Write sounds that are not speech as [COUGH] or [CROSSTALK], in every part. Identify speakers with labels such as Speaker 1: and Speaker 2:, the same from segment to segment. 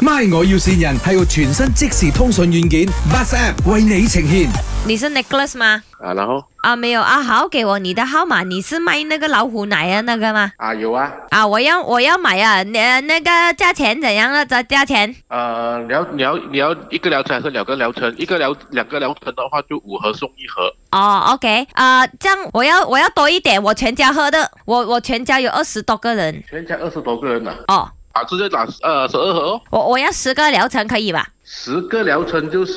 Speaker 1: My 我要線人係個全新即時通訊軟件 Bus App 為你呈現。
Speaker 2: 你是 Nicholas 吗？
Speaker 3: 啊，然后
Speaker 2: 啊，没有啊，好，给我你的号码，你是卖那个老虎奶啊那个吗？
Speaker 3: 啊有啊，
Speaker 2: 啊，我要我要买啊，那那个价钱怎样啊？这价钱？
Speaker 3: 呃，聊聊聊一个疗程还是两个疗程？一个疗两个疗程的话就五盒送一盒。
Speaker 2: 哦，OK，啊，这样我要我要多一点，我全家喝的，我我全家有二十多个人
Speaker 3: 全家二十多个人呐、
Speaker 2: 哦，
Speaker 3: 啊，直接打呃十二盒哦，
Speaker 2: 我我要十个疗程可以吧？
Speaker 3: 十个疗程就是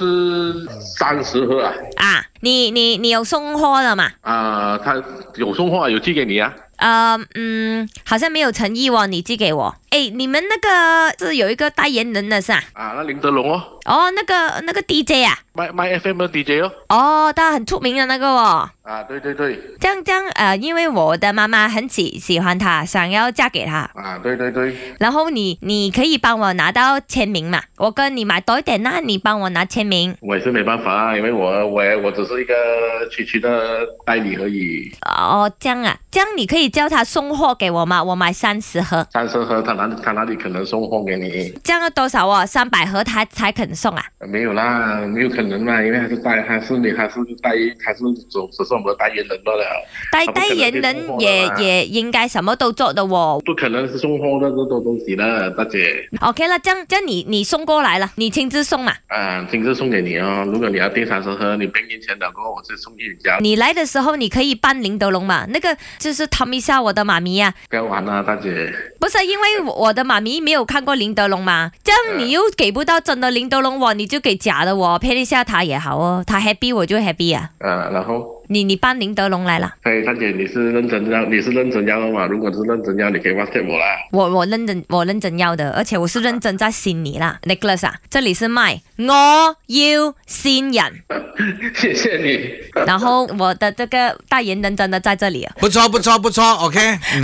Speaker 3: 三十盒啊。
Speaker 2: 啊，你你你有送货了吗？
Speaker 3: 啊，他有送货啊，有寄给你啊。
Speaker 2: 呃，嗯，好像没有诚意哦，你寄给我。哎，你们那个是有一个代言人的是吧？
Speaker 3: 啊，那林德龙哦，
Speaker 2: 哦，那个那个 DJ 啊，
Speaker 3: 卖卖 FM 的 DJ 哦。
Speaker 2: 哦，他很出名的那个哦。
Speaker 3: 啊，对对对，
Speaker 2: 这样这样，呃，因为我的妈妈很喜喜欢他，想要嫁给他。
Speaker 3: 啊对对对，
Speaker 2: 然后你你可以帮我拿到签名嘛？我跟你买多一点那你帮我拿签名。
Speaker 3: 我也是没办法啊，因为我我也我只是一个区区的代理而已。
Speaker 2: 哦，这样啊，这样你可以叫他送货给我嘛？我买三十盒，
Speaker 3: 三十盒他哪他哪里可能送货给你？
Speaker 2: 这样要多少哦？三百盒他才肯送啊？
Speaker 3: 没有啦，没有可能啦，因为还是代，还是你，还是代，还是总只是我们的代言人罢了，
Speaker 2: 代
Speaker 3: 他不
Speaker 2: 代
Speaker 3: 可
Speaker 2: 言
Speaker 3: 能去送
Speaker 2: 人
Speaker 3: 货
Speaker 2: 也
Speaker 3: 的嘛
Speaker 2: 也应该什么都做的哦。
Speaker 3: 不可能是送货的这种东西的，大姐
Speaker 2: OK 了，这样这样你你送过来了，你亲自送嘛？
Speaker 3: 啊，今日送给你哦。如果你要订三十盒，你半年前的过后，我就送去你家。
Speaker 2: 你来的时候你可以扮林德龙嘛？那个就是他们下我的妈咪呀、啊
Speaker 3: 不要玩啦，大姐。
Speaker 2: 不是因为我的妈咪没有看过林德龙嘛，这样你又给不到真的林德龙我，你就给假的我，骗一下他也好哦，他 happy 我就 happy 啊。
Speaker 3: 啊，然后，
Speaker 2: 你你扮林德龙来了，
Speaker 3: 所以大姐你是认真要，你是认真要的嘛？如果是认真要，你可以 WhatsApp 我啦。 [LAUGHS]
Speaker 2: 我我认真我认真要的，而且我是认真在信你啦，Nicholas 啊，这里是麦，我要新人，
Speaker 3: 谢谢你。
Speaker 2: 然后我的这个代言人真的在这里啊，
Speaker 4: 不错不错不错，OK，嗯，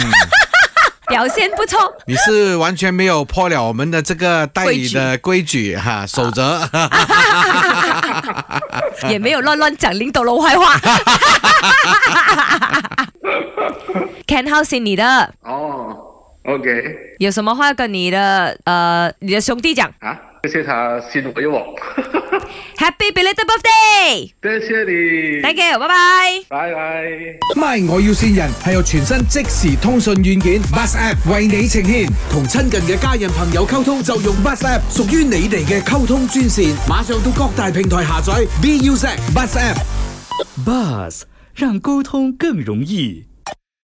Speaker 2: 表现不错。
Speaker 4: 你是完全没有破了我们的这个代理的规矩哈，守则。
Speaker 2: 也没有乱乱讲领导龙坏话。Ken House 是你的，
Speaker 3: 哦，OK，
Speaker 2: 有什么话跟你的呃你的兄弟讲
Speaker 3: 啊，谢谢他信回我， [LAUGHS]
Speaker 2: ？Happy belated birthday！
Speaker 3: 谢谢你。
Speaker 2: Thank you，拜拜。
Speaker 3: 拜拜。
Speaker 1: My 我要線人係由全新即時通訊軟件 Bus App 為你呈現，同親近嘅家人朋友溝通就用 Bus App，屬於你哋嘅溝通專線。馬上到各大平台下載 BUZ Bus App。
Speaker 5: Buzz 让沟通更容易。